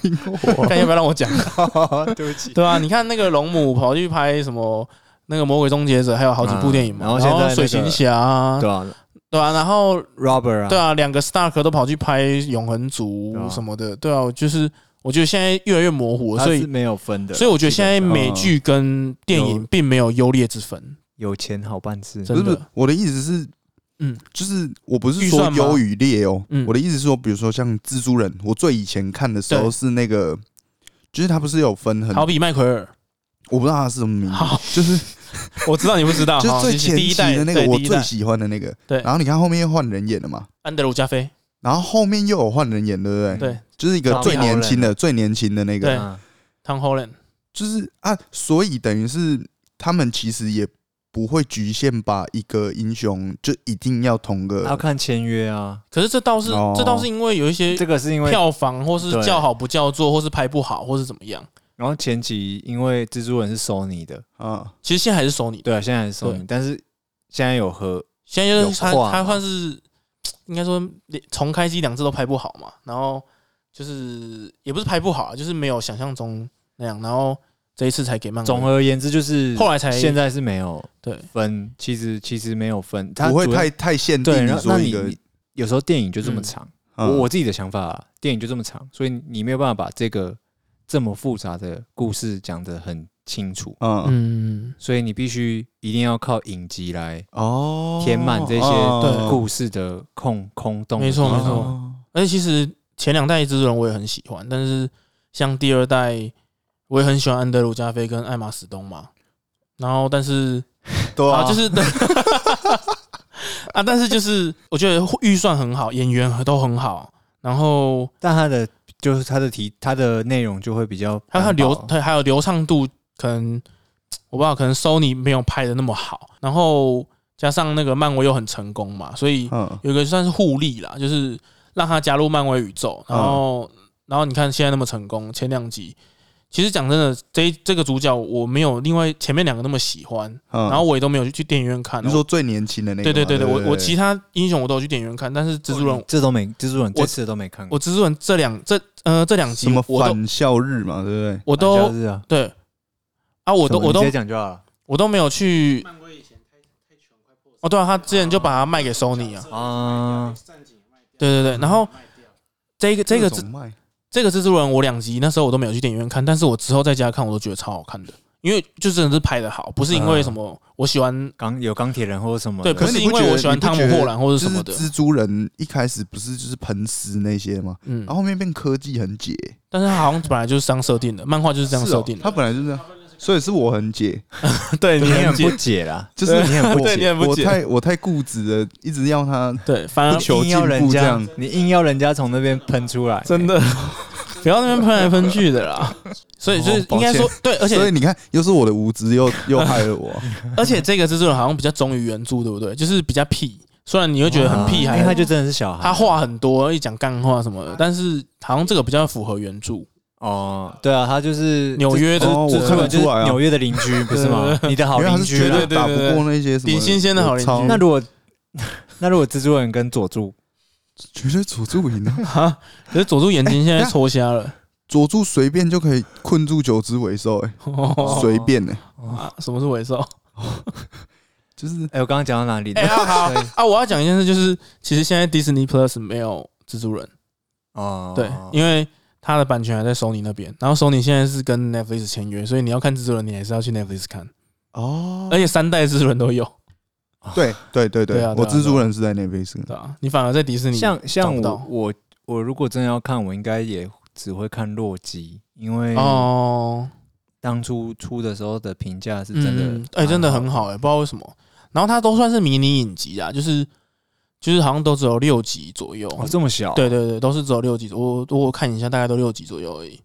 S1: 冰火
S3: 看要不要让我讲？ [laughs]
S2: [laughs] 对不起，
S3: 对啊，你看那个龙母跑去拍什么那个《魔鬼终结者》，还有好几部电影嘛，
S2: 嗯然后现
S3: 然
S2: 在那
S3: 后
S2: 个
S3: 水行侠啊，
S2: 对啊
S3: 对啊，然后
S2: ，Robert 啊，
S3: 对啊，两个 Stark 都跑去拍永恒族
S2: 对啊
S3: 什么的，对啊，我就是我觉得现在越来越模糊了，
S2: 他
S3: 所
S2: 是
S3: 以
S2: 没有分的，嗯
S3: 所以我觉得现在
S2: 基本上
S3: 美剧跟电影
S2: 有
S3: 并啊没有优劣之分，
S2: 有钱好办事，
S1: 不是
S3: 真
S1: 不是
S3: 的，，
S1: 我的意思是，
S3: 嗯，
S1: 就是我不是
S3: 预
S1: 说
S3: 算吗
S1: 优与劣哦
S3: 嗯，
S1: 我的意思是说，比如说像蜘蛛人，我最以前看的时候
S3: 对
S1: 是那个，就是他不是有分很，
S3: 好比迈奎尔，
S1: 我不知道他是什么名字，
S3: 好，
S1: 就是
S3: [laughs] 我知道你不知道，
S1: 就是
S3: 好
S1: 最
S3: 谢谢
S1: 前
S3: 第一
S1: 期
S3: 代
S1: 的那个
S3: 对
S1: 我
S3: 第一
S1: 最
S3: 代
S1: 喜欢的那个，
S3: 对
S1: 然后你看后面又换人演了嘛，
S3: 安德鲁加菲，
S1: 然后后面又有换人演，对不对？
S3: 对
S1: 就是一个最年轻的、最年轻的那个，
S3: 对
S2: 啊
S3: Tom Holland，
S1: 就是啊，所以等于是他们其实也不会局限把一个英雄就一定要同个
S2: 要看签约啊，
S3: 可是这倒是
S1: 哦
S3: 这倒是因为有一些
S2: 这个是因为，
S3: 票房或是
S2: 对
S3: 叫好不叫座，或是拍不好，或是怎么样。
S2: 然后前期因为蜘蛛人是 Sony 的，
S1: 啊，
S3: 其实现在还是收你的，
S2: 对啊，现在还是 Sony，
S3: 对
S2: 但是现在有合，
S3: 现在就是他
S2: 有话嘛
S3: 他算是应该说连重开机两次都拍不好嘛，然后就是也不是拍不好啊，就是没有想象中那样，然后这一次才给漫威
S2: 总而言之就是
S3: 后来才
S2: 现在是没有
S3: 对
S2: 分，其实其实没有分，它
S1: 不会
S2: 主要
S1: 太太限
S2: 对，
S1: 定
S2: 然
S1: 你
S2: 后那
S1: 说一
S2: 你
S1: 个
S2: 你，有时候电影就这么
S3: 嗯
S2: 长，
S1: 嗯
S2: 我我自己的想法、啊，电影就这么长，所以你没有办法把这个这么复杂的故事讲得很清楚，
S1: 嗯
S3: 嗯
S2: 所以你必须一定要靠影集来
S1: 哦
S2: 填满这些
S1: 哦
S2: 故事的空空洞的
S3: 没
S2: 地
S3: 错
S2: 方。
S3: 没错而且其实前两代蜘蛛人我也很喜欢，但是像第二代我也很喜欢安德鲁加菲跟艾玛史东嘛，然后但是
S1: 对
S3: 啊，
S1: 啊，
S2: [laughs]
S3: 就是啊，但是就是我觉得预算很好，演员都很好，然后
S2: 但它的就是它的题，它的内容就会比较
S3: 还有它
S2: 单薄
S3: 流，它还有流畅度，可能我不知道，可能 Sony 没有拍的那么好，然后加上那个漫威又很成功嘛，所以
S1: 嗯
S3: 有一个算是互利啦，就是让他加入漫威宇宙，然
S1: 哦
S3: 后、然后你看现在那么成功，前两集。其实讲真的，这一这个主角我没有另外前面两个那么喜欢，
S1: 嗯，
S3: 然后我也都没有去电影院看。
S1: 你是说最年轻的那个
S3: 对
S1: 嘛，
S3: 对对对，
S1: 对，哦
S3: 我我其
S1: 实
S3: 他英雄我都有去电影院看，但是蜘蛛人，
S2: 这都没蜘蛛人
S3: 我
S2: 这次都没看过。
S3: 我蜘蛛人这两这呃这两集
S1: 什么
S3: 我都
S1: 反校日嘛，对不对？
S3: 我
S2: 反
S3: 都
S2: 正就是啊，
S3: 对啊，我都
S2: 什么
S3: 我
S2: 你
S3: 都
S2: 直接讲就好了
S3: 我都没有去。哦，对啊，他之前就把它卖给 Sony 啊，
S2: 啊。
S3: 对对
S1: 哦
S3: 对，然后这个这个
S1: 怎
S3: 蜘
S1: 么卖？
S3: 这个蜘蛛人，我两集那时候我都没有去电影院看，但是我之后在家看，我都觉得超好看的，因为就真的是拍的好，不是因为什么我喜欢，
S2: 钢有钢铁人或者什么
S3: 对，
S2: 的，
S3: 不
S1: 啊哦可是
S3: 是
S1: 你
S3: 因
S1: 不
S3: 为
S1: 觉得
S3: 我喜欢
S1: 你不
S3: 汤姆
S1: 觉得
S3: 霍兰或者
S1: 就
S3: 什么
S1: 是
S3: 的，
S1: 蜘蛛人一开始不是就是喷丝那些吗？
S3: 嗯
S1: 然，后后面变科技很解，
S3: 但是他好像本来就是这样设定的，漫画就是这样
S1: 是哦
S3: 设定的
S1: 他，本来就是这样。所以是我很解，
S3: 对
S2: 你
S3: 你
S2: 很
S3: 很
S2: 不
S3: 解，
S2: 解啦，
S1: 就是
S3: [laughs] 对
S1: 你很不
S3: 对你
S1: 解，
S3: 很不
S1: 我
S3: 解
S1: 太我太固执了，一直要他
S3: 对，反而
S1: 不求
S2: 硬要
S1: 进
S2: 人
S1: 步这
S2: 家
S1: 样，
S2: 你硬要人家从那边喷出来，
S3: 真的 [laughs] 不要那边喷来喷去
S1: [laughs]
S3: 的啦。所以就是
S1: 哦抱
S3: 应该说对，而
S1: 所以
S3: 且
S1: 你看，又是我的无知，又又害了我。
S3: 而且这个蜘蛛人好像比较忠于原著，对不对？就是比较屁，虽然你会觉得很屁
S2: 哎因
S3: 孩，
S2: 为他就真的是小孩，
S3: 他话很多，一讲干话什么的，但是好像这个比较符合原著。
S2: 哦，对啊，他就是
S3: 纽约的
S1: 哦
S3: 蜘
S1: 我
S3: 蛛
S1: 看得
S3: 人
S1: 出来啊
S2: 纽约的邻居不是吗？你的好
S1: 因为他
S2: 邻
S1: 是
S2: 居
S1: 绝
S2: 啦
S3: 对对
S1: 打不过那些什么
S3: 顶新鲜的好邻居
S1: 我操
S2: 那如果 [laughs] 那如果蜘蛛人跟佐助，
S1: 绝对佐助赢啊！
S3: 哈，可是佐助眼睛现在戳瞎了，
S1: 佐助随便就可以困住九只尾兽，哎，
S3: 哦
S1: 随便哎，
S3: 啊？什么是尾兽？
S1: 就是
S2: 哎，我刚刚讲到哪里了
S3: 哎、？啊好
S2: 对
S3: [laughs] 啊，我要讲一件事，就是其实现在 Disney Plus 没有蜘蛛人，
S2: 哦，
S3: [laughs] 对，因为它的版权还在索尼那边，然后索尼现在是跟 Netflix 签约，所以你要看蜘蛛人，你还是要去 Netflix 看，
S1: 哦
S3: 而，且三代蜘蛛人都有，
S1: 对对对
S3: 哎对啊对啊
S1: 我蜘蛛人是在那边是，
S3: 对吧？你反而在迪士尼，
S2: 像像
S3: 不到
S2: 我我我如果真的要看，我应该也只会看洛基，因为
S3: 哦，
S2: 当初出的时候的评价是真的
S3: 嗯，，哎、真的很好哎、不知道为什么。然后它都算是迷你影集啊，就是就是好像都只有六集左右，
S2: 哦，这么小，
S3: 对对对，都是只有六集，我我看一下，大概都六集左右而已。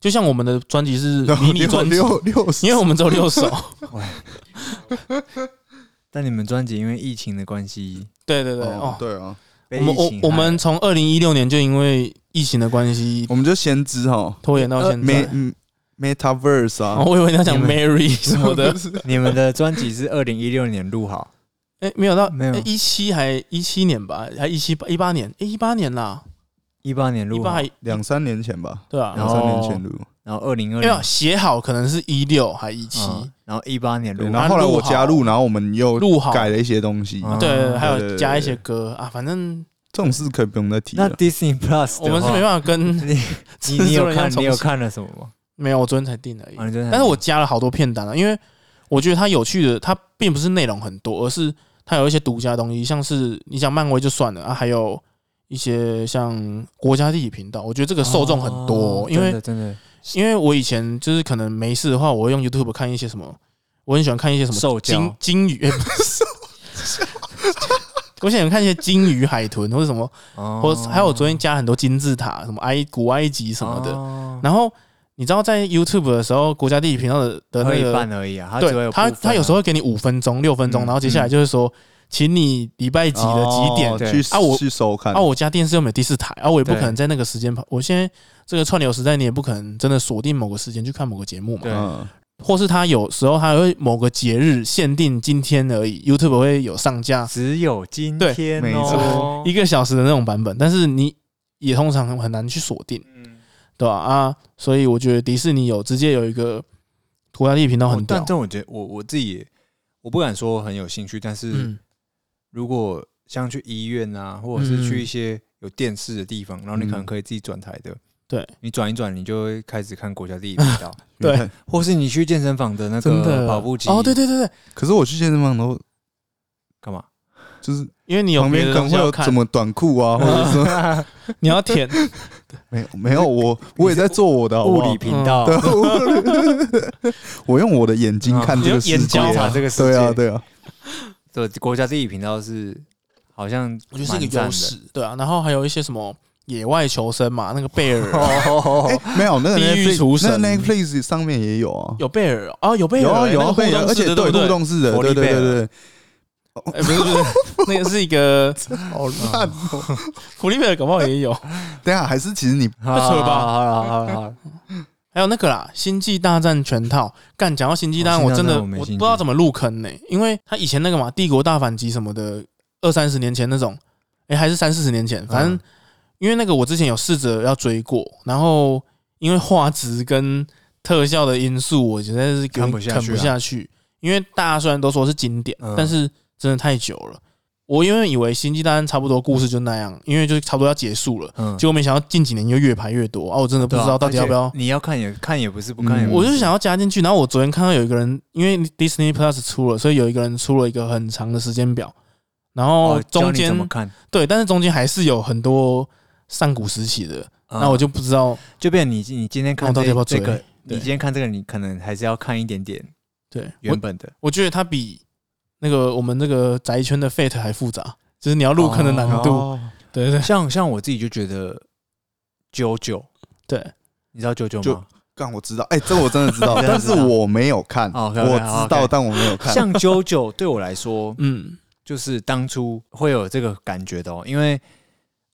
S3: 就像我们的专
S2: [laughs]
S3: 辑是啊迷你专辑，
S1: [laughs] 六六六十哦
S3: 因为我们只有六首。
S2: 但你们专辑因为疫情的关系，
S3: 对对对，
S1: 哦
S3: 哦，，
S1: 对啊，
S2: 被
S3: 我们
S2: 疫情
S3: 我我们从二零一六年就因为疫情的关系
S2: 哦
S1: 我们就先知哈
S3: 拖延到现
S1: ，Me
S3: 在。
S1: 嗯 Metaverse
S3: 哦
S1: 啊，
S3: 我以为你要讲
S2: 呃你们 [laughs]
S3: Mary 什么的，
S2: 害你们的专辑是二零一六年录好，
S3: 哎，没有到
S2: 没有
S3: 一七还一七年吧，还一七一八年，哎，一八年啦，
S2: 一八年
S3: 一
S2: 录
S3: 八
S2: 好，
S3: 还
S1: 两三年前吧，
S3: 对啊，
S1: 两三年前录，
S2: 然后二零二
S3: 没
S1: 嗯
S3: 有
S2: 零
S3: 写好，可能是一六还一七
S2: 嗯，然后一八年
S1: 对
S2: 录
S1: 然
S2: 好，
S1: 后后来我加入，然后我们又
S3: 啊录好，
S1: 改
S3: 对
S1: 了一些东西，
S2: 嗯
S3: 对，对还
S1: 对对
S3: 有
S1: 对
S3: 加一些歌啊，反正
S1: 这种事可以不用再提
S2: 那
S1: 了。
S2: Disney Plus
S3: 我们是没
S2: 法，
S3: 办法跟 [laughs]
S2: 你你你
S3: 制作
S2: 有
S3: 人要
S2: 看
S3: 重
S2: 你有
S3: 新
S2: 看了什么吗？
S3: 没有，我昨天才订而已。
S1: 哎
S2: 啊你昨天才
S3: 但是我加了好多片单啊，因为我觉得它有趣的，它并不是内容很多，而是它有一些独家的东西，像是你讲漫威就算了啊，还有一些像国家地理频道，我觉得这个受众很多，
S2: 哦
S3: 因
S2: 真
S3: 为
S2: 的真的
S3: 因为我以前就是可能没事的话，我会用 YouTube 看一些什么，我很喜欢看一些什么
S2: 受教
S3: 金金鱼，哎不是 [laughs] 我喜欢看一些金鱼、海豚或者什么，
S2: 哦
S3: 或还有我昨天加很多金字塔，什么埃古埃及什么的。
S2: 的，
S3: 然后你知道在 YouTube 的时候，国家地理频道的的
S2: 喝
S3: 那
S2: 一
S3: 个，
S2: 半而已啊，他只会
S3: 对
S2: 有
S3: 他
S2: 部分啊
S3: 他有时候会给你五分钟、六分钟，
S2: 嗯
S3: 然后接下来就是说，请你礼拜几的几点
S1: 哦
S2: 对
S1: 去
S3: 啊我
S1: 去收看
S3: 啊？我家电视又没有第四台啊，我也不
S2: 对
S3: 可能在那个时间跑。我现在这个串流时代，你也不可能真的锁定某个时间去看某个节目嘛，
S2: 对
S1: 嗯
S3: 或是他有时候还会某个节日限定今天而已，YouTube 会有上架
S2: 只有今
S3: 对
S2: 天
S1: 没
S2: 哦
S1: 错，
S3: 一个小时的那种版本，但是你也通常很难去锁定。
S2: 嗯
S3: 对吧、啊？所以我觉得迪士尼有直接有一个国家地理频道
S2: 哦
S3: 很屌
S2: 但，但我觉得我我自己也我不敢说很有兴趣，但是。
S3: 嗯，
S2: 如果像去医院啊，或者是
S3: 嗯
S2: 去一些有电视的地方，然后你可能可以自己转台的，
S3: 对
S2: 你转一转，你就会开始看国家地理频
S3: [laughs]
S2: 道，
S3: 对，
S1: 你看
S2: 或是你去健身房的那
S3: 真
S2: 个
S3: 的
S2: 跑步机，
S3: 哦，对对对对，
S1: 可是我去健身房都
S2: 干嘛？
S1: 就是
S3: 因为你有
S1: 旁
S3: 别
S1: 边
S3: 的
S1: 可能
S3: 东西
S1: 会
S3: 要
S1: 有
S3: 看
S1: 什，
S3: [laughs]
S1: 么短裤啊，或者说
S3: 你要舔
S1: 没有没有，我我也在做我的好不
S2: 物
S1: 好
S2: 理频道，
S1: 对，我 [laughs] 我用我的眼睛看这个世
S3: 你用眼
S1: 界
S3: 角
S2: 观察
S1: 啊，
S2: 这个世界。
S1: 对啊对啊，
S2: 对国家地理频道是好像
S3: 我觉得是一
S2: 蛮
S3: 个
S2: 赞
S3: 优
S2: 的。
S3: 势，对啊。然后还有一些什么野外求生嘛，那个贝尔
S2: [laughs] 哦，
S1: 哎，没有那个
S3: 地狱
S1: Netflix-
S3: 厨神
S1: 那个 Netflix 上面也有啊，
S3: [laughs] 有贝尔哦哦，有贝
S1: 啊
S3: 尔
S1: 有啊，贝尔，而且
S3: 对
S1: 互
S3: 不对？
S1: 动式的，
S2: 佛
S1: 对
S2: 利
S1: 对
S2: 贝尔
S1: 对对，
S3: 哎，不是不是，那个是一 [laughs] 个
S1: 好烂哦！
S3: 普利贝尔，搞不好也有。
S1: 等一下还是其实你
S2: 好
S3: 扯了吧哎
S2: 好了好了好了，
S3: 还有那个啦，《星际大战》全套。干，讲到《星际大战》，
S2: 哦
S3: 我真
S2: 星际大
S3: 的
S2: 战
S3: 我
S2: 我没
S3: 不
S2: 兴趣
S3: 知道怎么入坑呢、因为他以前那个嘛，《帝国大反击》什么的，二三十年前那种，诶，还是三四十年前，反正、
S2: 嗯
S3: 因为那个我之前有试着要追过，然后因为画质跟特效的因素，我实在是有
S2: 看
S3: 点
S2: 不下去啊
S3: 啃不下去。因为大家虽然都说是经典，
S2: 嗯
S3: 但是真的太久了。我因为以为《星际大战》差不多故事就那样，因为就差不多要结束了，
S2: 嗯，
S3: 结果没想到近几年又越排越多啊！我真的不知道到底要不要
S2: 而且你要看也看也不是，不看也
S1: 嗯
S2: 不是
S3: 我就想要加进去，然后我昨天看到有一个人，因为 Disney Plus 出了，所以有一个人出了一个很长的时间表，然后
S2: 哦，教
S3: 中
S2: 你
S3: 间、
S2: 怎么看？
S3: 对，但是中间还是有很多上古时期的，那、
S2: 嗯
S3: 我就不知道
S2: 就变成你你今天看
S3: 我到底
S2: 这
S3: 要不要
S2: 这
S3: 追
S2: 个你今天看这个，你可能还是要看一点点
S3: 对，我
S2: 原本的。
S3: 我觉得它比那个我们那个宅圈的 Fate 还复杂，就是你要入坑的难度。
S1: 哦，
S3: 对对
S2: 像像我自己就觉得九九，
S3: 对，
S2: 你知道九九
S1: 就
S2: 吗？
S1: 干我知道，哎、这我真的知道，
S2: 你真的
S1: 但
S2: 知
S1: 是
S2: 道
S1: 我没有看，
S2: 哦
S1: 我
S2: ，OK，OK，好
S1: 知道，
S2: ，OK
S1: 但我没有看。
S2: 像九九对我来说，
S3: 嗯，
S2: 就是当初会有这个感觉的哦，因为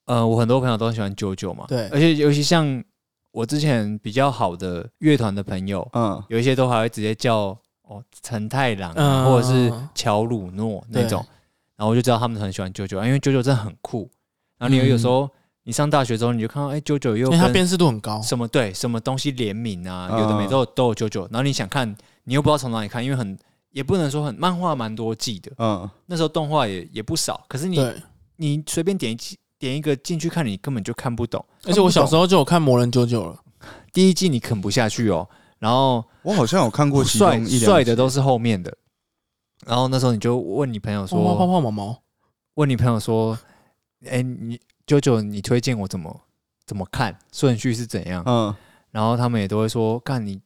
S2: 呃，我很多朋友都很喜欢九九嘛，
S3: 对
S2: 而且尤其像我之前比较好的乐团的朋友，
S1: 嗯，
S2: 有一些都还会直接叫哦陈太郎、啊
S3: 嗯
S2: 或者是乔鲁诺那种，然后我就知道他们很喜欢九九，因为九九真的很酷。然后你有
S3: 嗯
S2: 有时候、你上大学之后，你就看到哎九九又
S3: 因为它
S2: 跟
S3: 辨识度很高。
S2: 什么对什么东西联名啊，
S1: 嗯
S2: 有的没都有都有九九，然后你想看，你又不知道从哪里看，因为很也不能说很漫画蛮多季的，
S1: 嗯，
S2: 那时候动画也也不少，可是你
S3: 对，
S2: 你随便点一季点一个进去看，你根本就看不懂。
S3: 而且我小时候就有看《魔人九九》了。
S2: 第一季你啃不下去哦，然后
S1: 我好像有看过其中
S2: 帅
S1: 一两
S2: 帅的
S1: 集
S2: 都是后面的，然后那时候你就问你朋友
S3: 泡泡泡
S2: 说，
S3: 泡毛毛，
S2: 问你朋友说，哎、你九九你推荐我怎么怎么看顺序是怎样？
S3: 哦
S1: 嗯
S2: 然后他们也都会说，干你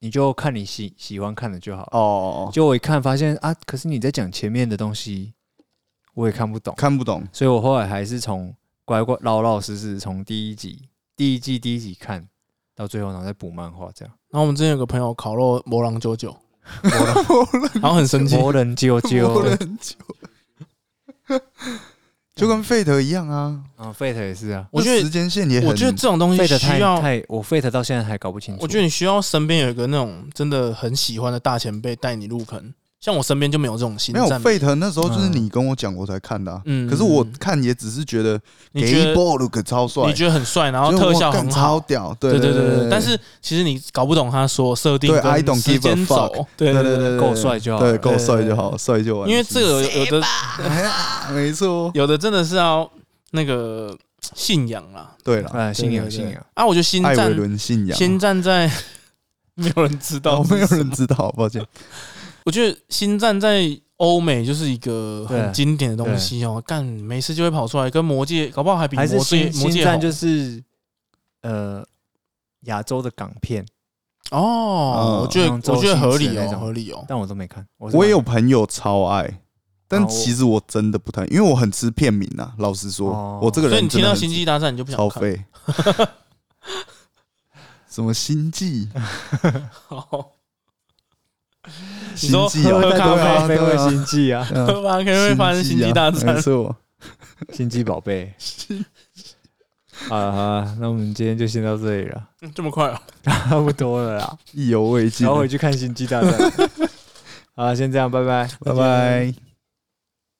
S2: 你就看你喜喜欢看的就好。
S1: 哦，
S2: 就我一看发现啊，可是你在讲前面的东西，我也看不懂。
S1: 看不懂，
S2: 所以我后来还是从乖乖老老实实从第一集、第一季第一集看到最后，然后再补漫画这样。
S3: [laughs] 然后我们之前有个朋友烤肉《魔狼九九》，然后很生
S2: [laughs]
S3: 气。
S2: 魔人啾
S1: [laughs] 不
S2: 啾，
S1: 能救， [laughs] 就跟 Fate 一样啊，
S2: 嗯，Fate 也是啊
S3: 我觉
S1: 那时
S3: 得，
S1: 间线也很，
S3: 我觉得这种东西
S2: ，Fate 太
S3: 需要，
S2: 太我 Fate 到现在还搞不清楚。
S3: 我觉得你需要身边有一个那种真的很喜欢的大前辈带你入坑。像我身边就没有这种新
S1: 没有
S3: 战力
S1: Fate 那时候就是
S2: 嗯
S1: 你跟我讲我才看的、啊，
S3: 嗯
S1: 可是我看也只是觉得
S3: 你
S1: 给
S3: 觉得
S1: 一波 look 超帅，
S3: 你觉得很帅，然后
S1: 就是
S3: 特
S1: 哇
S3: 效
S1: 干
S3: 很
S1: 超
S3: 好，
S1: 屌，
S3: 对
S1: 对
S3: 对
S1: 对
S3: 对对。但是其实你搞不懂他所有设定
S1: 对，I
S3: 跟
S1: don't
S3: 时
S1: give a
S3: 间
S1: fuck
S3: 走，对
S1: 对
S3: 对
S1: 对对
S2: 够帅就好了
S1: 对，够帅就好，帅就完事。
S3: 因为这个有有的
S1: 啊 [laughs] 没错，
S3: 有的真的是要那个信仰啦，
S1: 对了，
S2: 呃，信仰
S3: 对对
S2: 信
S3: 对
S2: 仰，
S3: 啊，我觉得星
S1: 艾维
S3: 战
S1: 伦信仰，
S3: 星战在没有人知道
S1: 哦，
S3: 是
S1: 没有
S3: 什么
S1: 人知道，抱歉。
S3: 我觉得星战在欧美就是一个
S2: 对
S3: 很经典的东西哦，干没事就会跑出来，跟魔界搞不好还比魔
S2: 还是
S3: 界
S2: 星
S3: 魔
S2: 星
S3: 界好
S2: 战就是呃亚洲的港片，
S3: 哦
S1: 嗯，
S3: 我觉得
S2: 像周
S3: 我觉得合
S2: 星驰
S3: 理
S2: 那
S3: 哦，
S2: 种
S3: 合理哦，
S2: 但我都没看。我是
S1: 我也有
S2: 完
S1: 朋友超爱，但
S2: 哦
S1: 其实我真的不太，因为我很吃片名啊。老实
S2: 哦
S1: 说，我这个
S3: 所以
S1: 人
S3: 你
S1: 真
S3: 听
S1: 的
S3: 到
S1: 很
S3: 星际大战你就不想
S1: 超
S3: 看，
S1: 废。什么星
S3: [laughs]
S1: 际？
S3: [laughs] 你说
S1: 星际啊，
S3: 喝
S1: 对
S3: 咖啡
S1: 啊，
S2: 飞
S1: 对
S2: 会
S1: 啊
S2: 星际啊，
S1: 嗯
S3: 喝吧，可能会发生星际大
S1: 星际啊
S3: 战
S1: 没。错，
S2: 星际宝贝。啊，好啊那我们今天就先到这里了，
S3: 嗯 [laughs] 这么快哦？
S2: 差不多了啦。
S1: 意犹未尽
S2: 然。后回去看《星际大战》。好，先这样，拜拜，
S1: 拜拜。